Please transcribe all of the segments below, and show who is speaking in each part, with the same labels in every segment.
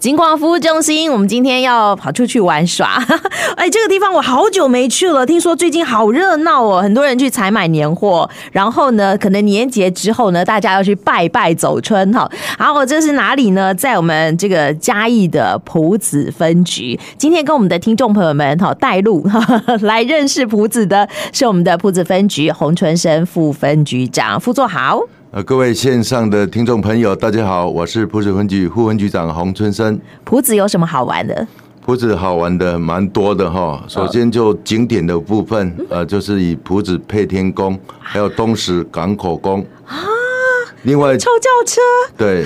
Speaker 1: 金矿服务中心，我们今天要跑出去玩耍。 哎，这个地方我好久没去了，听说最近好热闹哦，很多人去采买年货。然后呢，可能年节之后呢，大家要去拜拜走春哈。好，这是哪里呢？在我们这个嘉义的埔子分局。今天跟我们的听众朋友们哈带路哈哈 来认识埔子的是我们的埔子分局洪春生副分局长，副座好。
Speaker 2: 呃，各位线上的听众朋友，大家好，我是埔子分局副分局长洪春生。
Speaker 1: 埔子有什么好玩的？
Speaker 2: 埔子好玩的蛮多的哈，首先就景点的部分，呃，就是以埔子配天宫，还有东石港口宫啊。另外，
Speaker 1: 抽轿车。
Speaker 2: 对，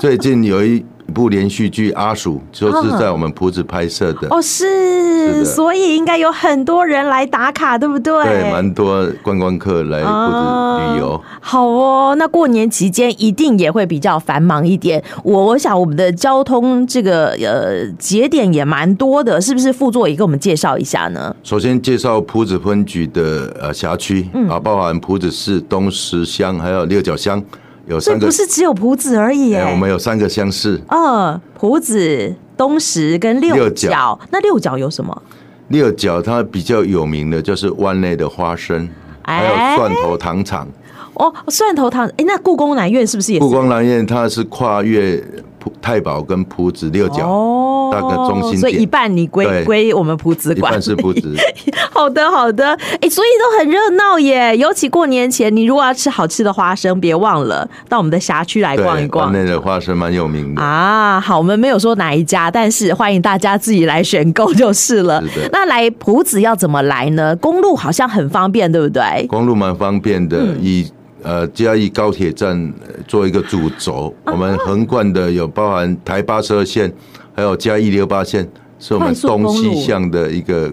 Speaker 2: 最近有一部连续剧《阿鼠》，就是在我们埔子拍摄的，
Speaker 1: 哦，是，
Speaker 2: 是的
Speaker 1: 所以应该有很多人来打卡，对不对？
Speaker 2: 对，蛮多观光客来埔子旅游。
Speaker 1: 啊好哦，那过年期间一定也会比较繁忙一点。我我想我们的交通这个呃节点也蛮多的，是不是？副座也给我们介绍一下呢？
Speaker 2: 首先介绍埔子分局的呃辖区
Speaker 1: 嗯
Speaker 2: 啊，包含埔子市、东石乡还有六角乡，有
Speaker 1: 所以
Speaker 2: 三个
Speaker 1: 不。是只有埔子而已耶，
Speaker 2: 哎我们有三个乡市，
Speaker 1: 嗯，埔子、东石跟六
Speaker 2: 六
Speaker 1: 角，
Speaker 2: 角
Speaker 1: 那六角有什么？
Speaker 2: 六角它比较有名的就是湾内的花生，还
Speaker 1: 哎
Speaker 2: 有蒜头糖厂。
Speaker 1: 哦，蒜头糖，哎，那故宫南院是不是也是
Speaker 2: 故宫南院它是跨越埔太保跟埔子六角，
Speaker 1: 哦，
Speaker 2: 大概中心点
Speaker 1: 所以一半你归
Speaker 2: 对
Speaker 1: 归我们埔子
Speaker 2: 一
Speaker 1: 管，
Speaker 2: 半是埔子。
Speaker 1: 好的，好的，哎、所以都很热闹耶。尤其过年前，你如果要吃好吃的花生，别忘了到我们的辖区来
Speaker 2: 对，
Speaker 1: 逛一
Speaker 2: 湾
Speaker 1: 逛。
Speaker 2: 内的花生蛮有名的。
Speaker 1: 啊，好，我们没有说哪一家，但是欢迎大家自己来选购就是了。
Speaker 2: 是的
Speaker 1: 那来埔子要怎么来呢？公路好像很方便，对不对？
Speaker 2: 公路蛮方便
Speaker 1: 嗯
Speaker 2: 的，以呃嘉义高铁站呃做一个主轴，
Speaker 1: 啊
Speaker 2: 我们横贯的有包含台八十二线，还有嘉义六八线，是我们
Speaker 1: 快速公路
Speaker 2: 东西向的一个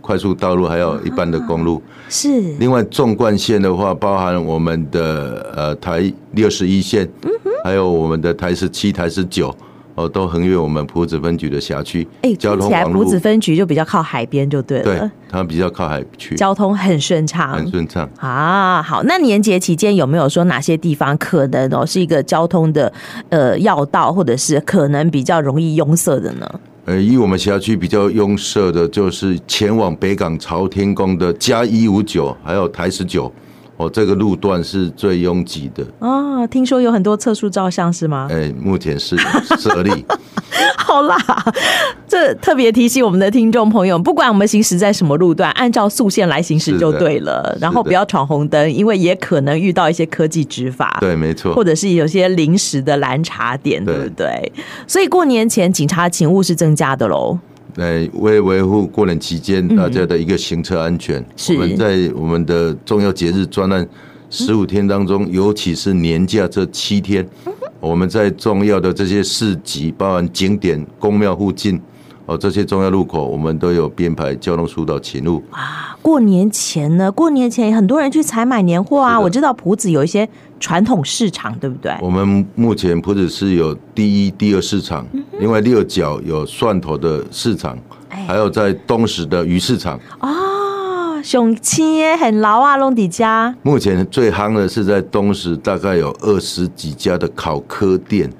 Speaker 2: 快速道路，还有一般的公路。
Speaker 1: 是
Speaker 2: 另外，纵贯线的话，包含我们的呃台六十一线，
Speaker 1: 嗯
Speaker 2: 还有我们的台十七、台十九，哦，都横越我们埔子分局的辖区。
Speaker 1: 哎，
Speaker 2: 交
Speaker 1: 听
Speaker 2: 通
Speaker 1: 起来
Speaker 2: 网
Speaker 1: 埔
Speaker 2: 络
Speaker 1: 子分局就比较靠海边，就对了，
Speaker 2: 对它比较靠海区，
Speaker 1: 交通很顺畅
Speaker 2: 很。顺畅。
Speaker 1: 啊，好，那年节期间有没有说哪些地方可能哦是一个交通的呃要道，或者是可能比较容易拥塞的呢？
Speaker 2: 呃，以我们辖区比较拥塞的，就是前往北港朝天宫的加一五九，还有台十九，哦，这个路段是最拥挤的。
Speaker 1: 啊，听说有很多测速照相是吗？
Speaker 2: 哎，目前是设立。
Speaker 1: 好啦，这特别提醒我们的听众朋友，不管我们行驶在什么路段，按照速线来行驶就是
Speaker 2: 的
Speaker 1: 对了，然后
Speaker 2: 是的
Speaker 1: 不要闯红灯，因为也可能遇到一些科技执法。
Speaker 2: 对，没错
Speaker 1: 或。者是有些临时的拦查点，对
Speaker 2: 对
Speaker 1: 不对？所以过年前警察勤务是增加的喽。
Speaker 2: 来哎为维护过年期间大家的一个行车安全，
Speaker 1: 是
Speaker 2: 我们在我们的重要节日专案十五天当中，尤其是年假这七天，我们在重要的这些市集，包含景点、公庙附近。哦，这些重要路口，我们都有编排交通疏导勤务。
Speaker 1: 啊过年前呢，过年前很多人去采买年货啊。
Speaker 2: 是的
Speaker 1: 我知道埔子有一些传统市场，对不对？
Speaker 2: 我们目前不只是有第一、第二市场，
Speaker 1: 嗯
Speaker 2: 另外六角有蒜头的市场，
Speaker 1: 哎
Speaker 2: 还有在东石的鱼市场。
Speaker 1: 啊，雄青耶，很牢啊，弄底家
Speaker 2: 目前最夯的是在东石，大概有二十几家的烤科店。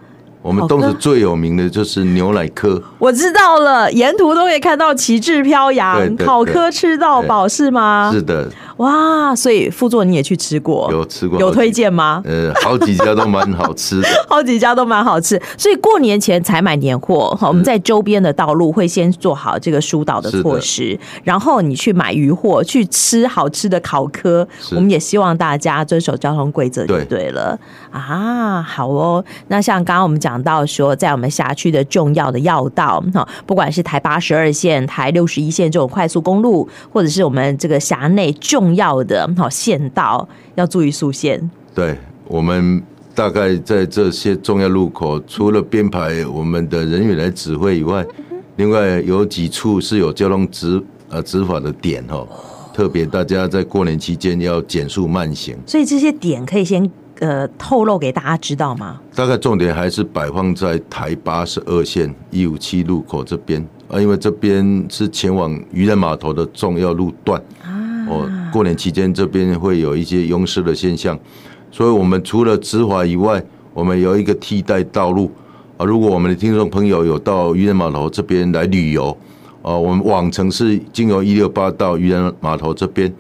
Speaker 2: 我们
Speaker 1: 好的
Speaker 2: 东石最有名的就是牛奶科，
Speaker 1: 我知道了，沿途都可以看到旗帜飘
Speaker 2: 对
Speaker 1: 扬，
Speaker 2: 对对
Speaker 1: 烤科吃到饱是吗？
Speaker 2: 是的，
Speaker 1: 哇，所以副座你也去吃过，
Speaker 2: 有吃过好几
Speaker 1: 有推荐吗？
Speaker 2: 呃，好几家都蛮好吃的。
Speaker 1: 好几家都蛮好吃，所以过年前采买年货，哈我
Speaker 2: 嗯
Speaker 1: 们在周边的道路会先做好这个疏导的
Speaker 2: 是的
Speaker 1: 措施，然后你去买鱼货，去吃好吃的烤科，
Speaker 2: 是
Speaker 1: 我们也希望大家遵守交通规则就
Speaker 2: 对
Speaker 1: 对了啊。好哦，那像刚刚我们讲到说，在我们辖区的重要的要道，哈，不管是台八十二线、台六十一线这种快速公路，或者是我们这个辖内重要的哈县道，要注意速限。
Speaker 2: 对，我们大概在这些重要路口，除了编排我们的人员来指挥以外，另外有几处是有交通执呃执法的点哦，特别大家在过年期间要减速慢行。
Speaker 1: 所以这些点可以先呃透露给大家知道吗？
Speaker 2: 大概重点还是摆放在台八十二线一五七路口这边啊，因为这边是前往渔人码头的重要路段哦。过年期间这边会有一些拥塞的现象，所以我们除了直滑以外，我们有一个替代道路啊、啊，如果我们的听众朋友有到渔人码头这边来旅游，啊，我们往程是经由一六八到渔人码头这边，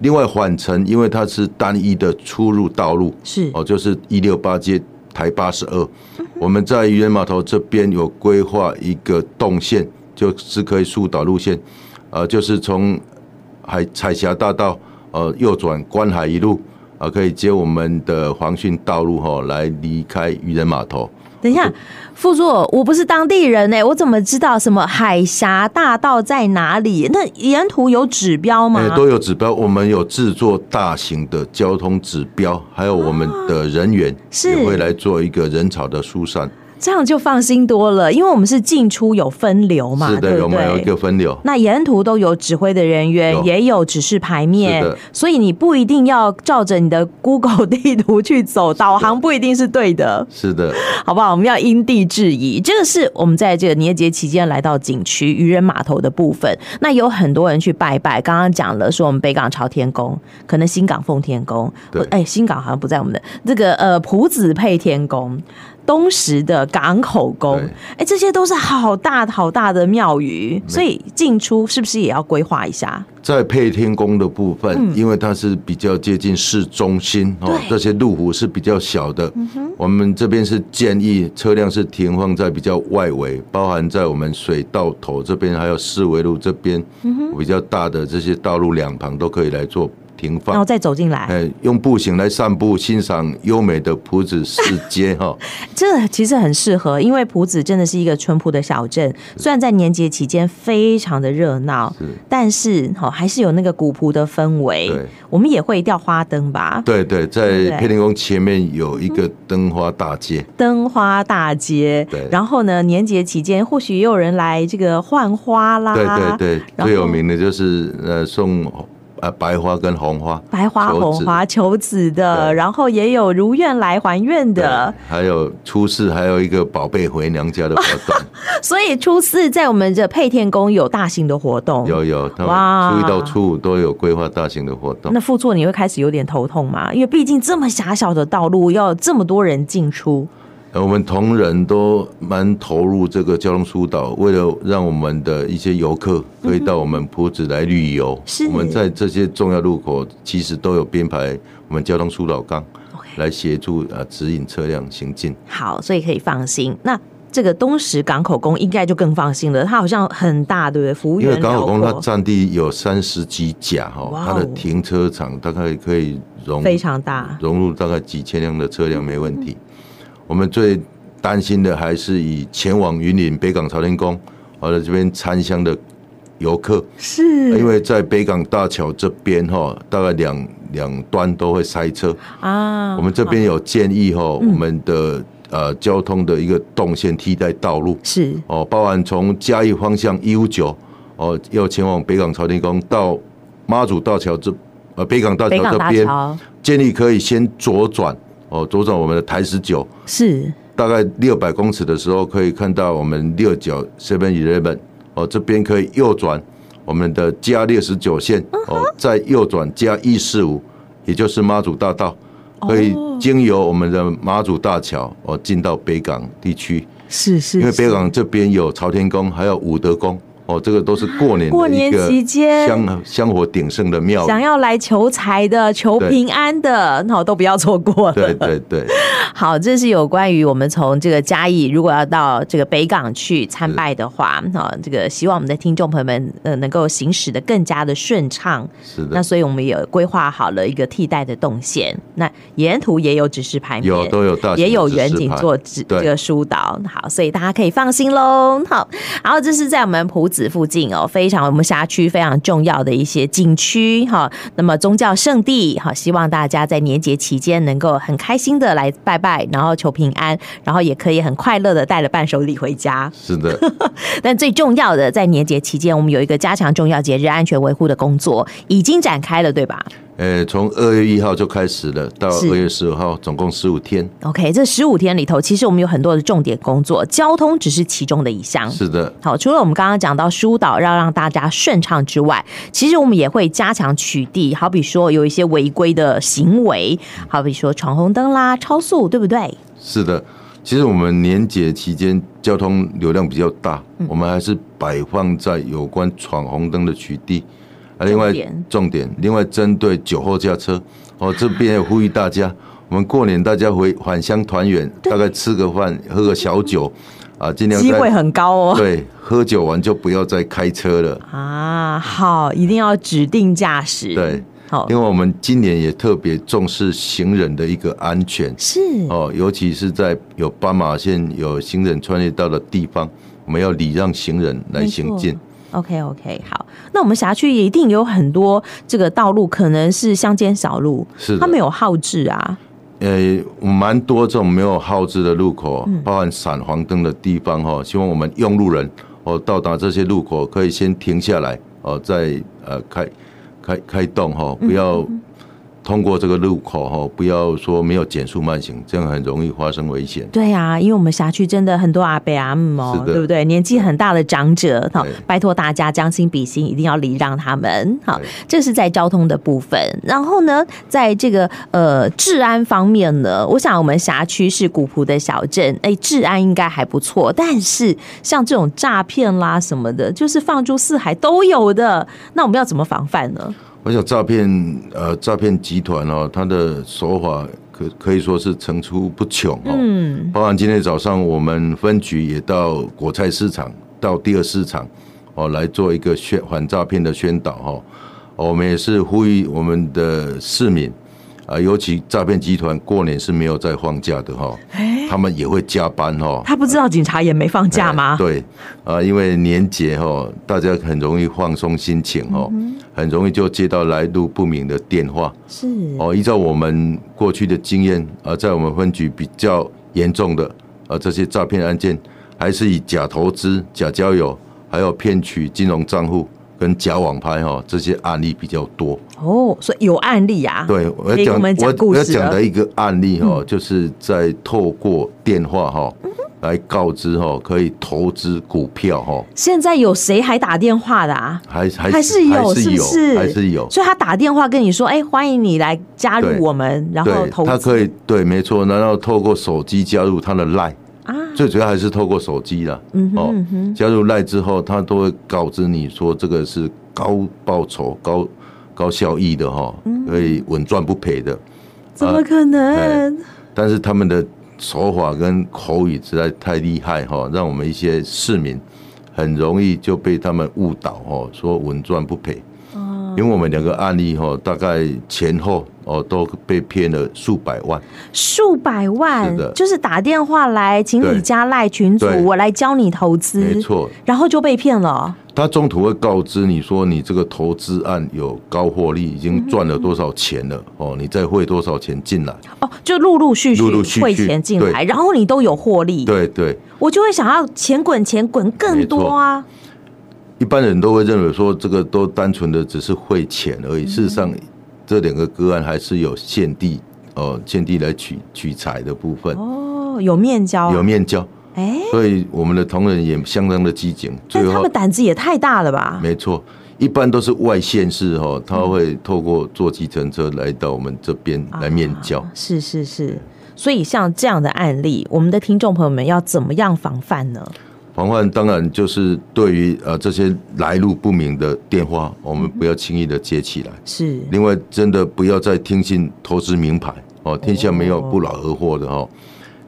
Speaker 2: 另外缓程因为它是单一的出入道路，
Speaker 1: 是
Speaker 2: 哦，就是一六八街台八十二，
Speaker 1: 嗯
Speaker 2: 我们在渔人码头这边有规划一个动线，就是可以疏导路线，呃，就是从海彩霞大道呃右转观海一路啊、可以接我们的黄训道路哈、哦来离开渔人码头。
Speaker 1: 等一下，副座，我不是当地人呢、我怎么知道什么海峡大道在哪里？那沿途有指标吗？
Speaker 2: 哎，都有指标，我们有制作大型的交通指标，还有我们的人员
Speaker 1: 是
Speaker 2: 也会来做一个人潮的疏散，
Speaker 1: 这样就放心多了，因为我们是进出有分流嘛，
Speaker 2: 是的，
Speaker 1: 对
Speaker 2: 有
Speaker 1: 不
Speaker 2: 没
Speaker 1: 对？
Speaker 2: 有一个分流？
Speaker 1: 那沿途都有指挥的人员，
Speaker 2: 有
Speaker 1: 也有指示牌
Speaker 2: 是
Speaker 1: 面
Speaker 2: 的，
Speaker 1: 所以你不一定要照着你的 Google 地图去走，导航不一定是对的，
Speaker 2: 是的，
Speaker 1: 好不好？我们要因地制宜，这个是我们在这个年节期间来到景区渔人码头的部分。那有很多人去拜拜，刚刚讲了说我们北港朝天宫，可能新港奉天宫，或
Speaker 2: 对
Speaker 1: 哎，新港好像不在我们的这个呃埔子配天宫。东石的港口宫
Speaker 2: 对，
Speaker 1: 哎，这些都是好大好大的庙宇，所以进出是不是也要规划一下？
Speaker 2: 在配天宫的部分，因为它是比较接近市中心
Speaker 1: 嗯
Speaker 2: 哦
Speaker 1: 对，嗯
Speaker 2: 这些路虎是比较小的。我们这边是建议车辆是停放在比较外围，包含在我们水道头这边，还有四维路这边、
Speaker 1: 嗯
Speaker 2: 比较大的这些道路两旁都可以来做停
Speaker 1: 然后
Speaker 2: 放。
Speaker 1: 再走进来，
Speaker 2: 哎，用步行来散步，欣赏优美的埔子市街哈。
Speaker 1: 这其实很适合，因为埔子真的是一个淳朴的小镇，虽然在年节期间非常的热闹
Speaker 2: 是，
Speaker 1: 但是哈、哦、还是有那个古朴的氛围
Speaker 2: 对。
Speaker 1: 我们也会吊花灯吧，
Speaker 2: 对对，
Speaker 1: 对
Speaker 2: 在配天宫前面有一个灯花大街，
Speaker 1: 灯花大街
Speaker 2: 对。
Speaker 1: 然后呢，年节期间或许也有人来这个换花啦，
Speaker 2: 对对对，
Speaker 1: 啊然后
Speaker 2: 最有名的就是呃送呃白花跟红花。
Speaker 1: 白花、
Speaker 2: 求子
Speaker 1: 红花、求子的，
Speaker 2: 对
Speaker 1: 然后也有如愿来还愿的。
Speaker 2: 对，还有初四还有一个宝贝回娘家的活 动，
Speaker 1: 所以初四在我们这配天宫有大型的活动。
Speaker 2: 有有，他
Speaker 1: 哦哇
Speaker 2: 们初一到初五都有规划大型的活动
Speaker 1: 那。副座你会开始有点头痛吗？因为毕竟这么狭小的道路，要这么多人进出，
Speaker 2: 呃我们同仁都蛮投入这个交通疏导，为了让我们的一些游客可以到我们埔子来旅游，
Speaker 1: 是
Speaker 2: 我们在这些重要路口其实都有编排我们交通疏导纲
Speaker 1: OK
Speaker 2: 来协助啊指引车辆行进。
Speaker 1: 好，所以可以放心。那这个东石港口宫应该就更放心了，它好像很大，对不对？服务
Speaker 2: 因为
Speaker 1: 员
Speaker 2: 港
Speaker 1: 辽
Speaker 2: 口宫它
Speaker 1: 阔，
Speaker 2: 占地有三十几甲
Speaker 1: 哇
Speaker 2: 哈
Speaker 1: 哦，
Speaker 2: 它的停车场大概可以容
Speaker 1: 非常大，
Speaker 2: 融入大概几千辆的车辆没问题。我们最担心的还是以前往云林北港朝天宫，或者这边参香的游客，
Speaker 1: 是
Speaker 2: 啊因为在北港大桥这边哈，大概两两端都会塞车。
Speaker 1: 啊，嗯
Speaker 2: 我们这边有建议哈，我们的呃交通的一个动线替代道路
Speaker 1: 是
Speaker 2: 哦，包含从嘉义方向一五九哦，要前往北港朝天宫到妈祖大桥这呃北港大
Speaker 1: 北
Speaker 2: 桥
Speaker 1: 港
Speaker 2: 这
Speaker 1: 大
Speaker 2: 边。
Speaker 1: 桥
Speaker 2: 建议可以先左转哦，左转我们的台十九，
Speaker 1: 是
Speaker 2: 大概六百公尺的时候可以看到我们六角 Seven Eleven 哦，这边可以右转我们的加六十九线
Speaker 1: 嗯
Speaker 2: 哦，再右转加一四五，也就是妈祖大道，
Speaker 1: 哦
Speaker 2: 可以经由我们的妈祖大桥哦进到北港地区，
Speaker 1: 是是，
Speaker 2: 因为北港这边有朝天宫，还有武德宫。哦，这个都是过年的
Speaker 1: 过年
Speaker 2: 一个
Speaker 1: 期间
Speaker 2: 香香火鼎盛的庙宇，
Speaker 1: 想要来求财的、求
Speaker 2: 对
Speaker 1: 平安的，那我都不要错过了。
Speaker 2: 对对对，
Speaker 1: 好，这是有关于我们从这个嘉义，如果要到这个北港去参拜的话，啊，这个希望我们的听众朋友们呃能够行驶的更加的顺畅。
Speaker 2: 是的
Speaker 1: 那。所以我们也规划好了一个替代的动线，那沿途也有指示牌面，
Speaker 2: 有都有大型
Speaker 1: 也有
Speaker 2: 指示
Speaker 1: 远景
Speaker 2: 牌
Speaker 1: 做指
Speaker 2: 对
Speaker 1: 这个疏导，好，所以大家可以放心喽。好，然后这是在我们埔子附近哦，非常我们辖区非常重要的一些景区哈、那么宗教圣地哈、希望大家在年节期间能够很开心的来拜拜，然后求平安，然后也可以很快乐的带了伴手礼回家。
Speaker 2: 是的，
Speaker 1: 但最重要的，在年节期间，我们有一个加强重要节日安全维护的工作已经展开了，对吧
Speaker 2: 呃，从二月一号就开始了，到
Speaker 1: 是
Speaker 2: 二月十五号，总共十五天。
Speaker 1: ？OK，这十五天里头，其实我们有很多的重点工作，交通只是其中的一项。
Speaker 2: 是的，
Speaker 1: 好，除了我们刚刚讲到疏导要让大家顺畅之外，其实我们也会加强取缔，好比说有一些违规的行为，好比说闯红灯啦、超速，对不对？
Speaker 2: 是的。其实我们年节期间交通流量比较大，
Speaker 1: 嗯
Speaker 2: 我们还是摆放在有关闯红灯的取缔。啊，另外
Speaker 1: 重点
Speaker 2: 重点，另外针对酒后驾车，哦，这边也呼吁大 家，我们过年大家回返乡团圆，大概吃个饭，喝个小酒，啊，尽量
Speaker 1: 机
Speaker 2: 在
Speaker 1: 会很高哦。
Speaker 2: 对，喝酒完就不要再开车了。
Speaker 1: 啊，好，一定要指定驾驶。
Speaker 2: 对，
Speaker 1: 好
Speaker 2: 另外，我们今年也特别重视行人的一个安全
Speaker 1: 是
Speaker 2: 哦，尤其是在有斑马线、有行人穿越到的地方，我们要礼让行人来行进。。
Speaker 1: OK OK，好，那我们辖区也一定有很多这个道路，可能是乡间小路，
Speaker 2: 是的
Speaker 1: 它没有号志啊，
Speaker 2: 呃，蛮多这种没有号志的路口，
Speaker 1: 嗯
Speaker 2: 包含闪黄灯的地方哈、哦，希望我们用路人哦到达这些路口可以先停下来哦，再呃开开开动哈、哦，
Speaker 1: 嗯
Speaker 2: 不要通过这个路口哈、哦，不要说没有减速慢行，这样很容易发生危险。
Speaker 1: 对啊，因为我们辖区真的很多阿伯阿姆哦，
Speaker 2: 是的
Speaker 1: 对不对？年纪很大的长者，好
Speaker 2: 对，
Speaker 1: 拜托大家将心比心，一定要礼让他们。好
Speaker 2: 对，
Speaker 1: 这是在交通的部分。然后呢，在这个呃治安方面呢，我想我们辖区是古朴的小镇，哎，治安应该还不错。但是像这种诈骗啦什么的，就是放诸四海都有的，那我们要怎么防范呢？
Speaker 2: 我想诈骗呃诈骗集团哦，他的手法可可以说是层出不穷哦。
Speaker 1: 嗯，
Speaker 2: 包含今天早上我们分局也到果菜市场、到第二市场哦来做一个宣反诈骗的宣导哈、哦。我们也是呼吁我们的市民啊、尤其诈骗集团过年是没有在放假的哈、哦
Speaker 1: 哎
Speaker 2: 他们也会加班哦哈、
Speaker 1: 他不知道警察也没放假吗？
Speaker 2: 哎对，啊、因为年节哈，大家很容易放松心情哦，很容易就接到来路不明的电话
Speaker 1: 是
Speaker 2: 哦。依照我们过去的经验，啊、在我们分局比较严重的啊、这些诈骗案件，还是以假投资、假交友，还有骗取金融账户跟假网拍哈、哦、这些案例比较多。
Speaker 1: 哦，所以有案例啊。
Speaker 2: 对，我要
Speaker 1: 可以跟
Speaker 2: 讲
Speaker 1: 我们讲
Speaker 2: 我
Speaker 1: 故
Speaker 2: 我要
Speaker 1: 事
Speaker 2: 讲
Speaker 1: 了嗯
Speaker 2: 的一个案例哦，就是在透过电话哈、哦、来告知哈、哦、可以投资股票哈、哦，
Speaker 1: 现在有谁还打电话的啊？
Speaker 2: 还还
Speaker 1: 还是有，
Speaker 2: 还是
Speaker 1: 不
Speaker 2: 有
Speaker 1: 是？
Speaker 2: 还是有，
Speaker 1: 所以他打电话跟你说：“哎、欢迎你来加
Speaker 2: 对
Speaker 1: 入我们，然后
Speaker 2: 对，
Speaker 1: 投
Speaker 2: 他
Speaker 1: 资
Speaker 2: 可以对，没错，然后透过手机加入他的 line，
Speaker 1: 啊。
Speaker 2: 最主要还是透过手机啦，
Speaker 1: 嗯哼
Speaker 2: 哦
Speaker 1: 嗯哼
Speaker 2: 加入 line 之后，他都会告知你说这个是高报酬、高高效益的哈、
Speaker 1: 嗯
Speaker 2: 哦，可以稳赚不赔的。
Speaker 1: 怎么可能？
Speaker 2: 但是他们的手法跟口语实在太厉害哈、让我们一些市民很容易就被他们误导哦，说稳赚不赔。因为我们两个案例哈、大概前后哦都被骗了数百万，
Speaker 1: 数百万
Speaker 2: 是的
Speaker 1: 就是打电话来，请你
Speaker 2: 对
Speaker 1: 加赖群组，
Speaker 2: 对
Speaker 1: 我来教你投资，
Speaker 2: 没，错。
Speaker 1: 然后就被骗了。
Speaker 2: 他中途会告知你说你这个投资案有高获利，已经赚了多少钱了哦，你再汇多少钱进来？
Speaker 1: 哦，就陆陆续
Speaker 2: 陆陆续
Speaker 1: 续
Speaker 2: 续
Speaker 1: 汇钱进来，
Speaker 2: 对
Speaker 1: 然后你都有获利，
Speaker 2: 对对，
Speaker 1: 我就会想要钱滚钱滚更多啊！
Speaker 2: 一般人都会认为说这个都单纯的只是汇钱而
Speaker 1: 嗯
Speaker 2: 已，事实上这两个个案还是有限地哦，限地来取取材的部分，
Speaker 1: 哦，有面交啊，
Speaker 2: 有面交，
Speaker 1: 哎、
Speaker 2: 所以我们的同仁也相当的机警，
Speaker 1: 但
Speaker 2: 最
Speaker 1: 他
Speaker 2: 后
Speaker 1: 们胆子也太大了吧？
Speaker 2: 没错。一般都是外县市哈、哦，他会透过坐计程车来到我们这边来面交。
Speaker 1: 啊是是是，所以像这样的案例，我们的听众朋友们要怎么样防范呢？
Speaker 2: 防范当然就是对于呃这些来路不明的电话，我们不要轻易的接起来。
Speaker 1: 是
Speaker 2: 另外，真的不要再听信投资名牌哦，天下没有不劳而获的哦。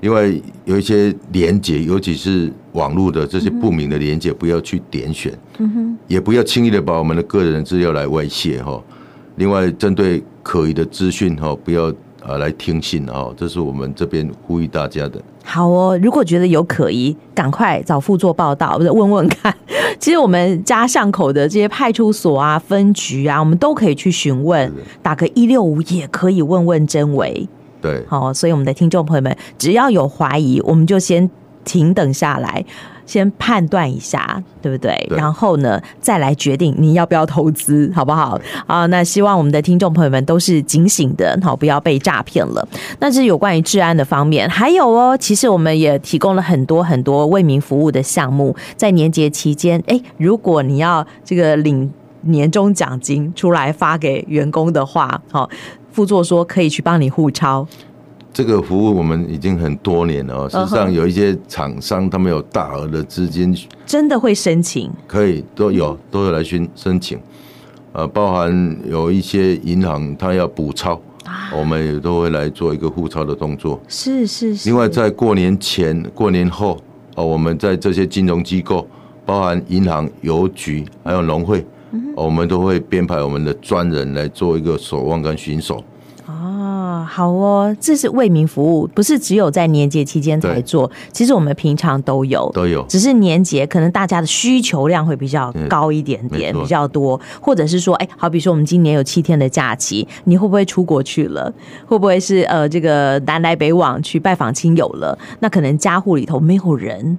Speaker 2: 另外，有一些连接，尤其是网络的这些不明的连接，不要去点选，
Speaker 1: 嗯
Speaker 2: 也不要轻易的把我们的个人资料来外泄哈、哦。另外，针对可疑的资讯哈、哦，不要啊来听信哦，这是我们这边呼吁大家的。
Speaker 1: 好哦，如果觉得有可疑，赶快找副做报道，不是问问看。 其实我们家巷口的这些派出所啊、分局啊，我们都可以去询问
Speaker 2: 是的，
Speaker 1: 打个一六五也可以问问真伪。
Speaker 2: 对，
Speaker 1: 好、所以我们的听众朋友们，只要有怀疑，我们就先停等下来，先判断一下，对不对？
Speaker 2: 对
Speaker 1: 然后呢，再来决定你要不要投资，好不好？啊，那希望我们的听众朋友们都是警醒的，好，不要被诈骗了。那是有关于治安的方面，还有哦，其实我们也提供了很多很多为民服务的项目，在年节期间，哎，如果你要这个领年终奖金出来发给员工的话，好、副座说可以去帮你互抄，
Speaker 2: 这个服务我们已经很多年了哦。事
Speaker 1: 嗯哼
Speaker 2: 实上，有一些厂商他们有大额的资金
Speaker 1: 真的会申请
Speaker 2: 可以都有都有来申申请，呃，包含有一些银行它要补钞，我们也都会来做一个互钞的动作。
Speaker 1: 是是是。
Speaker 2: 另外，在过年前、过年后，哦，我们在这些金融机构，包含银行、邮局，还有农会，哦我们都会编排我们的专人来做一个守望跟巡守。
Speaker 1: 哦，好哦，这是为民服务，不是只有在年节期间才
Speaker 2: 对
Speaker 1: 做，其实我们平常都有，
Speaker 2: 都有
Speaker 1: 只是年节可能大家的需求量会比较
Speaker 2: 嗯
Speaker 1: 高一点点，
Speaker 2: 没错
Speaker 1: 比较多，或者是说，哎，好比说我们今年有七天的假期，你会不会出国去了？会不会是呃这个南来北往去拜访亲友了？那可能家户里头没有人，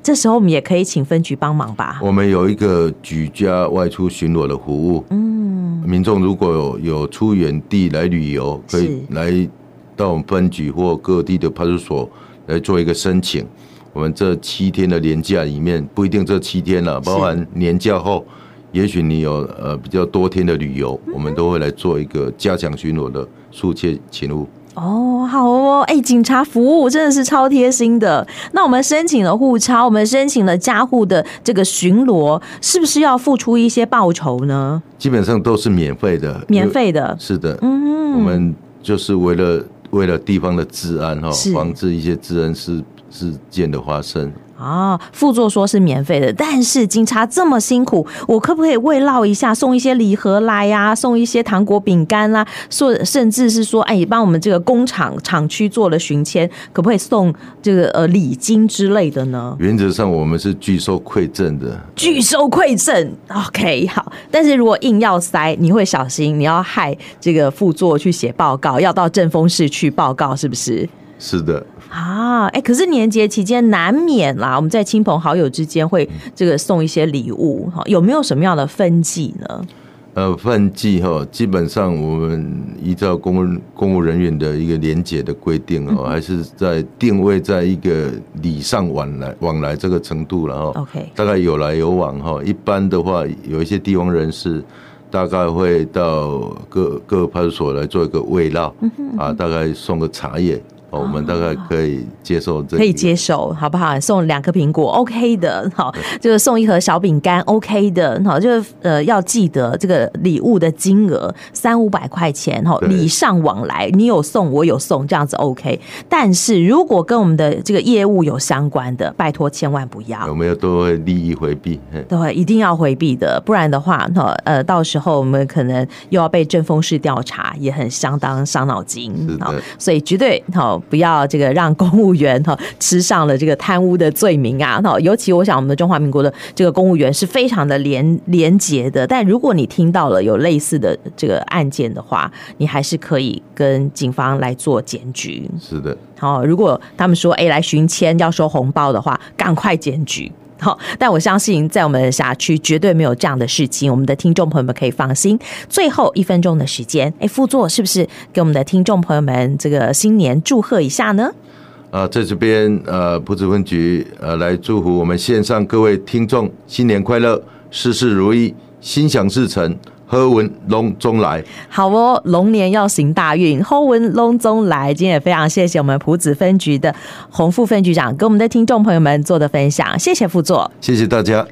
Speaker 1: 这时候我们也可以请分局帮忙吧。
Speaker 2: 我们有一个举家外出巡逻的服务，嗯，民众如果有有出远地来旅游，可以
Speaker 1: 是
Speaker 2: 来到我们分局或各地的派出所来做一个申请。我们这七天的年假里面，不一定这七天了、包含年假后，也许你有呃比较多天的旅游，
Speaker 1: 嗯
Speaker 2: 我们都会来做一个加强巡逻的速切勤务。
Speaker 1: 哦，好哦，哎，警察服务真的是超贴心的。那我们申请了互超，我们申请了家户的这个巡逻，是不是要付出一些报酬呢？
Speaker 2: 基本上都是免费的，
Speaker 1: 免费的，
Speaker 2: 是的，嗯，我们就是为了为了地方的治安哈、
Speaker 1: 是
Speaker 2: 防治一些治安事事件的发生。
Speaker 1: 啊，副座说是免费的，但是警察这么辛苦，我可不可以慰劳一下，送一些礼盒来呀、送一些糖果、饼干啦、说甚至是说，哎，帮我们这个工厂厂区做了巡签，可不可以送这个呃礼金之类的呢？
Speaker 2: 原则上，我们是拒收馈赠的，
Speaker 1: 拒收馈赠，OK，好。但是如果硬要塞，你会小心，你要害这个副座去写报告，要到正风室去报告，是不是？
Speaker 2: 是的，
Speaker 1: 啊，哎、可是年节期间难免啦，我们在亲朋好友之间会这个送一些礼物，哈，有没有什么样的分际呢？
Speaker 2: 呃，犯纪哈，基本上我们依照公务公务人员的一个廉洁的规定
Speaker 1: 嗯
Speaker 2: 哦，还是在定位在一个礼尚往来往来这个程度了哈。
Speaker 1: OK
Speaker 2: 大概有来有往哈。一般的话，有一些地方人士大概会到各各派出所来做一个慰劳、
Speaker 1: 嗯
Speaker 2: 啊，大概送个茶叶哦，我们大概可以接受这
Speaker 1: 可以
Speaker 2: 一个
Speaker 1: 接受，好不好？送两颗苹果，OK 的，好，就是送一盒小饼干，OK 的，好，就是呃，要记得这个礼物的金额三五百块钱，哈，
Speaker 2: 对
Speaker 1: 礼尚往来，你有送我有送，这样子 OK。但是如果跟我们的这个业务有相关的，拜托千万不要
Speaker 2: 有。没有都会利益回避。嘿
Speaker 1: 对，一定要回避的，不然的话，哈，呃，到时候我们可能又要被政风室调查，也很相当伤脑筋
Speaker 2: 是的
Speaker 1: 好所以绝对好不要这个让公务员哈吃上了这个贪污的罪名啊！哈，尤其我想我们的中华民国的这个公务员是非常的廉廉洁的，但如果你听到了有类似的这个案件的话，你还是可以跟警方来做检举。
Speaker 2: 是的，
Speaker 1: 好、如果他们说哎来寻签要收红包的话，赶快检举。好、但我相信在我们的辖区绝对没有这样的事情，我们的听众朋友们可以放心。最后一分钟的时间，哎，副座是不是给我们的听众朋友们这个新年祝贺一下呢？
Speaker 2: 啊，在这边呃，埔子分局呃来祝福我们线上各位听众新年快乐，事事如意，心想事成，喝文龙中来。
Speaker 1: 好哦，龙年要行大运，后文龙中来。今天也非常谢谢我们埔子分局的洪副分局长跟我们的听众朋友们做的分享，谢谢副座。
Speaker 2: 谢谢大家。